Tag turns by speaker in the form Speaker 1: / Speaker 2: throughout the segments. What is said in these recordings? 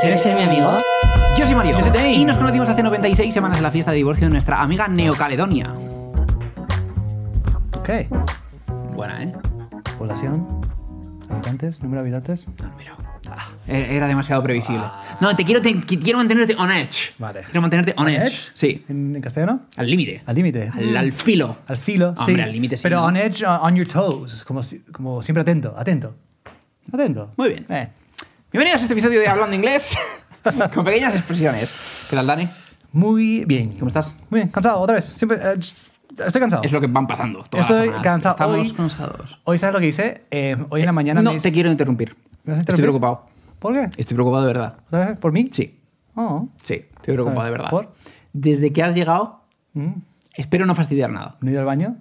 Speaker 1: ¿Quieres ser mi amigo?
Speaker 2: Yo soy Mario.
Speaker 1: Yo soy Dave.
Speaker 2: Y nos conocimos hace 96 semanas en la fiesta de divorcio de nuestra amiga Neocaledonia.
Speaker 1: Ok.
Speaker 2: Buena, ¿eh?
Speaker 1: Población, habitantes, número de habitantes.
Speaker 2: Ah, Era demasiado previsible. No, te quiero, te- quiero mantenerte on edge.
Speaker 1: Ah. Vale.
Speaker 2: Quiero mantenerte on, edge. Sí.
Speaker 1: ¿En, en castellano?
Speaker 2: Al límite.
Speaker 1: Al límite.
Speaker 2: Al, al filo.
Speaker 1: Al filo, sí.
Speaker 2: Hombre, al límite sí,
Speaker 1: Pero
Speaker 2: ¿no?
Speaker 1: on edge, on on your toes. Como, si- como siempre atento, atento. Atento.
Speaker 2: Muy bien.
Speaker 1: Eh.
Speaker 2: Bienvenidos a este episodio de Hablando Inglés con pequeñas expresiones. ¿Qué tal, Dani?
Speaker 1: Muy bien.
Speaker 2: ¿Cómo estás?
Speaker 1: Muy bien, cansado, otra vez. Siempre, eh, estoy cansado.
Speaker 2: Es lo que van pasando. Todas
Speaker 1: Estoy
Speaker 2: las semanas.
Speaker 1: cansado.
Speaker 2: Estamos
Speaker 1: Hoy-
Speaker 2: cansados.
Speaker 1: Hoy, ¿sabes lo que hice? Eh, hoy en la mañana
Speaker 2: no,
Speaker 1: me hice-
Speaker 2: te quiero interrumpir.
Speaker 1: ¿Me vas a
Speaker 2: Estoy
Speaker 1: interrumpir?
Speaker 2: preocupado.
Speaker 1: ¿Por qué?
Speaker 2: Estoy preocupado de verdad.
Speaker 1: ¿Otra vez? ¿Por mí?
Speaker 2: Sí,
Speaker 1: Oh.
Speaker 2: sí, estoy preocupado
Speaker 1: A
Speaker 2: de
Speaker 1: ver,
Speaker 2: verdad.
Speaker 1: ¿por?
Speaker 2: Desde que has llegado,
Speaker 1: Mm.
Speaker 2: espero no fastidiar nada.
Speaker 1: ¿No he ido al baño?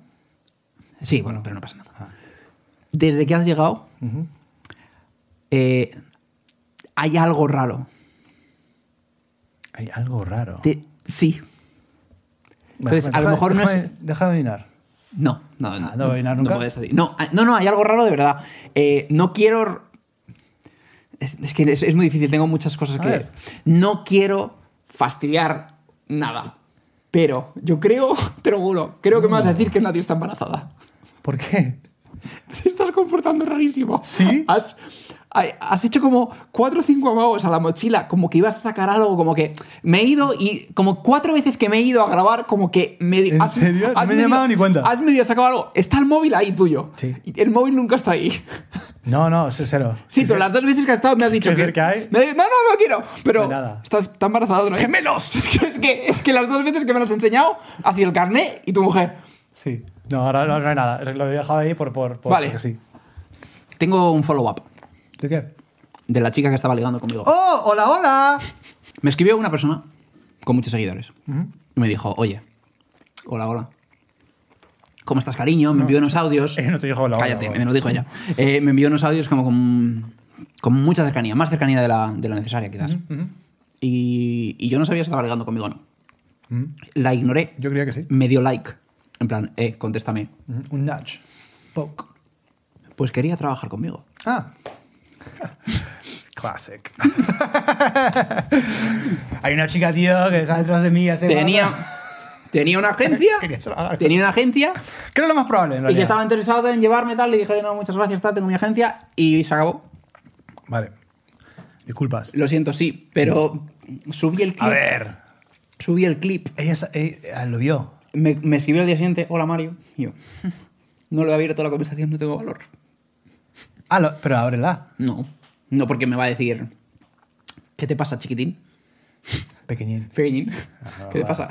Speaker 2: Sí, bueno, pero no pasa nada. Desde que has llegado, eh, hay algo raro.
Speaker 1: Hay algo raro.
Speaker 2: Te- sí, Entonces,
Speaker 1: Déjame-
Speaker 2: a lo
Speaker 1: déjame-
Speaker 2: mejor no es-
Speaker 1: déjame- Deja de orinar.
Speaker 2: No, no, no.
Speaker 1: Ah, no voy a orinar nunca.
Speaker 2: puedes decir- No, ah, no, no, hay algo raro de verdad. Eh, no quiero. Es, es que es, es muy difícil, tengo muchas cosas
Speaker 1: A
Speaker 2: que.
Speaker 1: ver.
Speaker 2: No quiero fastidiar nada. Pero yo creo, te lo juro, creo que me vas a decir que nadie está embarazada.
Speaker 1: ¿Por qué?
Speaker 2: Te estás comportando rarísimo.
Speaker 1: ¿Sí?
Speaker 2: Has, hay- has hecho como cuatro o cinco amagos a la mochila, como que ibas a sacar algo, como que me he ido y como cuatro veces que me he ido a grabar, como que me
Speaker 1: ¿En serio? No me he llamado ni cuenta.
Speaker 2: Has medio sacado algo. Está el móvil ahí tuyo.
Speaker 1: Sí.
Speaker 2: Y El móvil nunca está ahí.
Speaker 1: No, no, es cero.
Speaker 2: Sí, pero las dos veces que has estado me has dicho
Speaker 1: ¿Quieres
Speaker 2: que.
Speaker 1: ver qué hay?
Speaker 2: me has dicho, no, no, no quiero. Pero
Speaker 1: No, nada.
Speaker 2: estás tan embarazada otra vez. ¡Gemelos! es, que, es que las dos veces que me lo has enseñado ha sido el carné y tu mujer.
Speaker 1: Sí. No, ahora no, no hay nada. Lo he dejado ahí por... por, por
Speaker 2: Vale.
Speaker 1: porque sí.
Speaker 2: Tengo un follow-up
Speaker 1: ¿De qué?
Speaker 2: de la chica que estaba ligando conmigo.
Speaker 1: ¡Oh! ¡Hola, hola!
Speaker 2: Me escribió una persona con muchos seguidores y me dijo, oye, hola, hola. ¿Cómo estás, cariño? Me envió unos audios.
Speaker 1: Eh, no te dijo hola, hola,
Speaker 2: Cállate,
Speaker 1: hola.
Speaker 2: me lo dijo ella. Eh, me envió unos audios como con, con mucha cercanía, más cercanía de la, de la necesaria, quizás. y, y yo no sabía si estaba ligando conmigo o no. La ignoré.
Speaker 1: Yo creía que sí.
Speaker 2: Me dio like. En plan, eh, contéstame.
Speaker 1: Un nudge. Poke.
Speaker 2: Pues quería trabajar conmigo.
Speaker 1: Ah. Classic. Hay una chica, tío, que está detrás de mí hace...
Speaker 2: Tenía, tenía una agencia.
Speaker 1: Quería trabajar.
Speaker 2: tenía una agencia
Speaker 1: Creo lo más probable,
Speaker 2: y
Speaker 1: en
Speaker 2: que
Speaker 1: realidad.
Speaker 2: estaba interesado en llevarme tal. Le dije, no, muchas gracias, tal, tengo mi agencia. Y se acabó.
Speaker 1: Vale. Disculpas.
Speaker 2: Lo siento, sí, pero subí el clip.
Speaker 1: A ver.
Speaker 2: Subí el clip.
Speaker 1: Ella sa- eh, lo vio.
Speaker 2: Me, me escribió el día siguiente, hola Mario. Y yo, no lo he abierto la conversación, no tengo valor.
Speaker 1: Ah, lo- pero ábrela.
Speaker 2: No, no porque me va a decir, ¿qué te pasa, chiquitín?
Speaker 1: Pequeñín.
Speaker 2: Pequeñín, ¿qué te
Speaker 1: vale.
Speaker 2: pasa?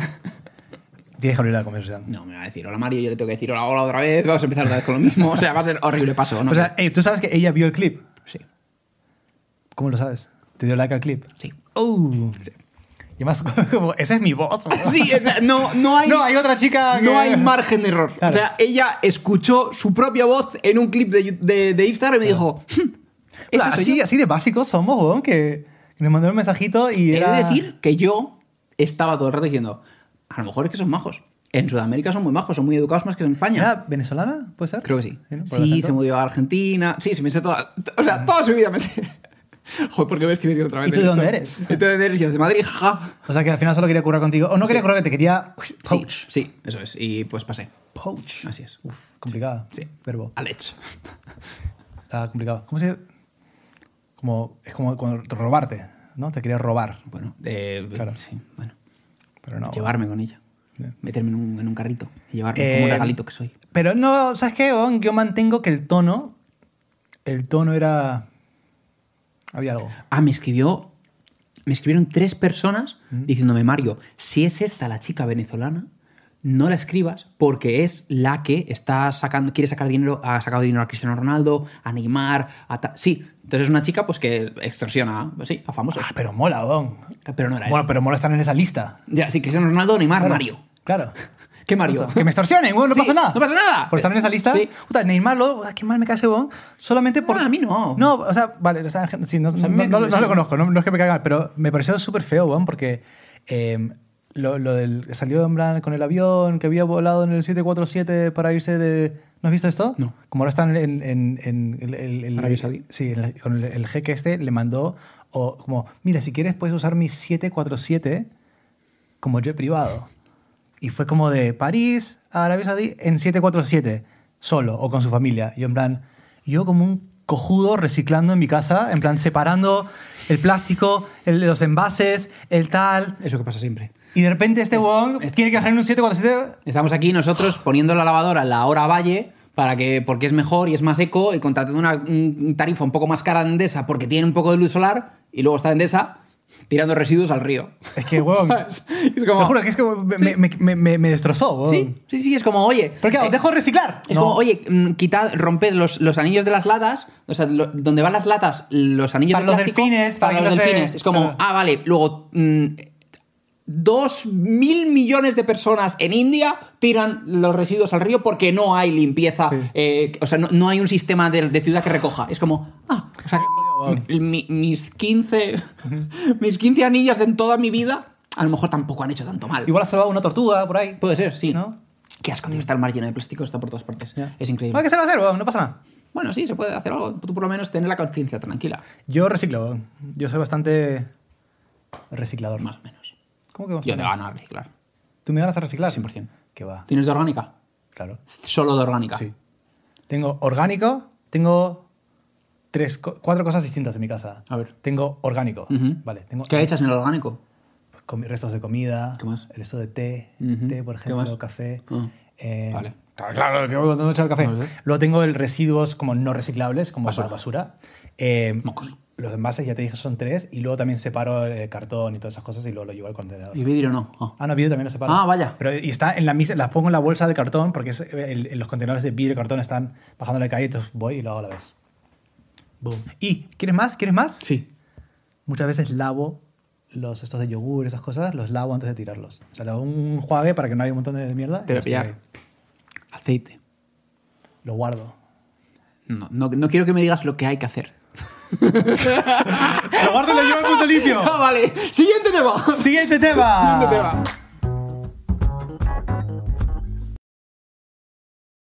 Speaker 1: Tienes que abrir la conversación.
Speaker 2: No, me va a decir, hola Mario, yo le tengo que decir, hola, hola otra vez, vamos a empezar otra vez con lo mismo. O sea, va a ser horrible paso, ¿no?
Speaker 1: O sea, eh, tú sabes que ella vio el clip.
Speaker 2: sí,
Speaker 1: ¿Cómo lo sabes? Te dio like al clip.
Speaker 2: sí.
Speaker 1: ¡Oh! Y más como, esa es mi voz. ¿no?
Speaker 2: Sí, o sea, no, no hay...
Speaker 1: No, hay otra chica.
Speaker 2: No
Speaker 1: que-
Speaker 2: hay margen de error.
Speaker 1: Claro.
Speaker 2: O sea, ella escuchó su propia voz en un clip de, de- de Instagram y me dijo... "Hmm,
Speaker 1: O sea,
Speaker 2: ¿esa soy
Speaker 1: así,
Speaker 2: yo?".
Speaker 1: así de básicos somos, weón, que nos mandó un mensajito y era...
Speaker 2: Es decir, que yo estaba todo el rato diciendo, a lo mejor es que son majos. En Sudamérica son muy majos, son muy educados más que en España.
Speaker 1: ¿Era venezolana? ¿Puede ser?
Speaker 2: Creo que sí.
Speaker 1: no? Por el
Speaker 2: Sí,
Speaker 1: acento.
Speaker 2: se mudó a Argentina. Sí, se me sé toda... O sea, toda su vida me sé. Joder, ¿por qué me estoy metiendo otra vez?
Speaker 1: ¿Y tú
Speaker 2: en
Speaker 1: de
Speaker 2: esto?
Speaker 1: dónde eres?
Speaker 2: ¿Y tú de dónde eres? Y yo de Madrid, jaja.
Speaker 1: O sea, que al final solo quería currar contigo. O no quería currar, que te quería...
Speaker 2: Sí,
Speaker 1: Poach.
Speaker 2: sí, eso es. Y pues pasé.
Speaker 1: Poach.
Speaker 2: Así es.
Speaker 1: Uf, complicado.
Speaker 2: Sí.
Speaker 1: Verbo.
Speaker 2: Alex.
Speaker 1: Está complicado. ¿Cómo se como Es como cuando te- robarte, ¿no? Te quería robar,
Speaker 2: Bueno, eh,
Speaker 1: Claro.
Speaker 2: sí, bueno.
Speaker 1: pero no.
Speaker 2: Llevarme con ella.
Speaker 1: Bien.
Speaker 2: Meterme en un, en un carrito y llevarme como un
Speaker 1: Eh,
Speaker 2: regalito que soy.
Speaker 1: Pero no, ¿sabes qué? Gon? Yo mantengo que el tono, el tono era... Había algo.
Speaker 2: Ah, me escribió. Me escribieron tres personas diciéndome, Mario, si es esta la chica venezolana, no la escribas porque es la que está sacando, quiere sacar dinero, ha sacado dinero a Cristiano Ronaldo, a Neymar, a ta- Sí, entonces es una chica pues que extorsiona pues sí, a famosos.
Speaker 1: Ah, pero mola, Bon.
Speaker 2: pero no era
Speaker 1: Ah, Bueno,
Speaker 2: eso.
Speaker 1: pero mola estar en esa lista.
Speaker 2: Ya, sí, Cristiano Ronaldo, Neymar, Mario.
Speaker 1: Claro.
Speaker 2: ¿Qué Mario?
Speaker 1: O sea, que me extorsionen, weón, no
Speaker 2: Sí,
Speaker 1: pasa nada.
Speaker 2: no pasa nada.
Speaker 1: Por estar en esa lista.
Speaker 2: Sí.
Speaker 1: Puta, Neymar, lo, ah, qué mal me cae ese bon. Solamente por.
Speaker 2: No, a mí no.
Speaker 1: No, o sea, vale, o sea, sí, no,
Speaker 2: sea, a mí
Speaker 1: no-
Speaker 2: me-
Speaker 1: no lo- no
Speaker 2: sí.
Speaker 1: lo conozco, no, no es que me caiga mal, pero me pareció súper feo, weón, porque eh, lo, lo del. Salió en plan con el avión que había volado en el 747 para irse de ¿No has visto esto?
Speaker 2: No.
Speaker 1: Como ahora están en, en- en el, el- el-
Speaker 2: Arabia Saudí.
Speaker 1: Sí, en la- con el, el jeque este le mandó o como, mira, si quieres puedes usar mi 747 como jet privado. Y fue como de París a Arabia Saudí en 747, solo o con su familia. Y en plan, yo como un cojudo reciclando en mi casa, en plan separando el plástico, el- los envases, el tal.
Speaker 2: Es lo que pasa siempre.
Speaker 1: Y de repente este huevón tiene que bajar en un 747
Speaker 2: Estamos aquí nosotros poniendo la lavadora en la hora valle para que, porque es mejor y es más eco y contratando una un- un tarifa un poco más cara de Endesa porque tiene un poco de luz solar y luego está Endesa tirando residuos al río.
Speaker 1: Es que, huevón.
Speaker 2: ¿Sabes? Es como-
Speaker 1: Te juro que es que me, me- me- me- me destrozó. huevón.
Speaker 2: Sí, sí, sí, es como, oye...
Speaker 1: Pero claro,
Speaker 2: eh,
Speaker 1: dejo de reciclar.
Speaker 2: Es
Speaker 1: No.
Speaker 2: como, oye, mm, quitad, romped los, los anillos de las latas, o sea, lo- donde van las latas, los anillos
Speaker 1: Para
Speaker 2: de
Speaker 1: los
Speaker 2: plástico,
Speaker 1: delfines,
Speaker 2: para,
Speaker 1: para que
Speaker 2: los
Speaker 1: no se-
Speaker 2: delfines. Es como,
Speaker 1: Claro.
Speaker 2: ah, vale, luego mm, dos mil millones de personas en India tiran los residuos al río porque no hay limpieza,
Speaker 1: Sí.
Speaker 2: eh, o sea, no, no hay un sistema de, de ciudad que recoja. Es como, ah, o sea, que mi- mis 15 mis 15 anillos en toda mi vida, a lo mejor tampoco han hecho tanto mal.
Speaker 1: Igual has salvado una tortuga por ahí.
Speaker 2: Puede ser, sí.
Speaker 1: ¿No?
Speaker 2: Qué asco, tío, está el mar lleno de plástico, está por todas partes.
Speaker 1: Ya.
Speaker 2: Es increíble.
Speaker 1: No hay que hacerlo hacer, huevón, no pasa nada.
Speaker 2: Bueno, sí, se puede hacer algo. Tú por lo menos tener la conciencia tranquila.
Speaker 1: Yo reciclo. huevón. Yo soy bastante reciclador.
Speaker 2: Más o menos.
Speaker 1: ¿Cómo que más
Speaker 2: Yo
Speaker 1: o
Speaker 2: te
Speaker 1: menos?
Speaker 2: gano a reciclar.
Speaker 1: ¿Tú me ganas a reciclar?
Speaker 2: 100%.
Speaker 1: Que va,
Speaker 2: ¿Tienes de orgánica?
Speaker 1: claro.
Speaker 2: Solo de orgánica.
Speaker 1: Sí. Tengo orgánico, tengo tres, co- cuatro cosas distintas en mi casa.
Speaker 2: A ver.
Speaker 1: Tengo orgánico.
Speaker 2: Ujú.
Speaker 1: Vale, tengo
Speaker 2: ¿Qué echas en el orgánico?
Speaker 1: comi- restos de comida,
Speaker 2: ¿Qué más?
Speaker 1: resto de té,
Speaker 2: Ujú.
Speaker 1: té por
Speaker 2: ¿Qué
Speaker 1: ejemplo,
Speaker 2: más?
Speaker 1: café.
Speaker 2: Ah,
Speaker 1: Eh,
Speaker 2: vale.
Speaker 1: Claro, claro, que no he echado el café.
Speaker 2: No lo sé.
Speaker 1: Luego tengo el residuos como no reciclables, como
Speaker 2: Basura.
Speaker 1: basura. basura. Eh,
Speaker 2: Mocos.
Speaker 1: Los envases, ya te dije, son tres. Y luego también separo el cartón y todas esas cosas y luego lo llevo al contenedor.
Speaker 2: ¿Y vidrio no? Ah.
Speaker 1: Ah, no, vidrio también lo separo.
Speaker 2: Ah, vaya.
Speaker 1: Pero, y está en la mis- las pongo en la bolsa de cartón porque es- eh, el- el- los contenedores de vidrio y cartón están bajando la calle, entonces voy y lo hago a la vez. ¿Y quieres más? ¿Quieres más?
Speaker 2: Sí.
Speaker 1: muchas veces lavo los estos de yogur, esas cosas, los lavo antes de tirarlos. O sea, le hago un juave para que no haya un montón de mierda. y
Speaker 2: Te voy a
Speaker 1: los tiro
Speaker 2: pillar.
Speaker 1: ahí.
Speaker 2: Aceite.
Speaker 1: Lo guardo.
Speaker 2: No, no, no quiero que me digas lo que hay que hacer.
Speaker 1: ¡Lo guardo y lo llevo al punto limpio!
Speaker 2: Ah, vale. Siguiente tema.
Speaker 1: ¡Siguiente tema!
Speaker 2: Siguiente tema.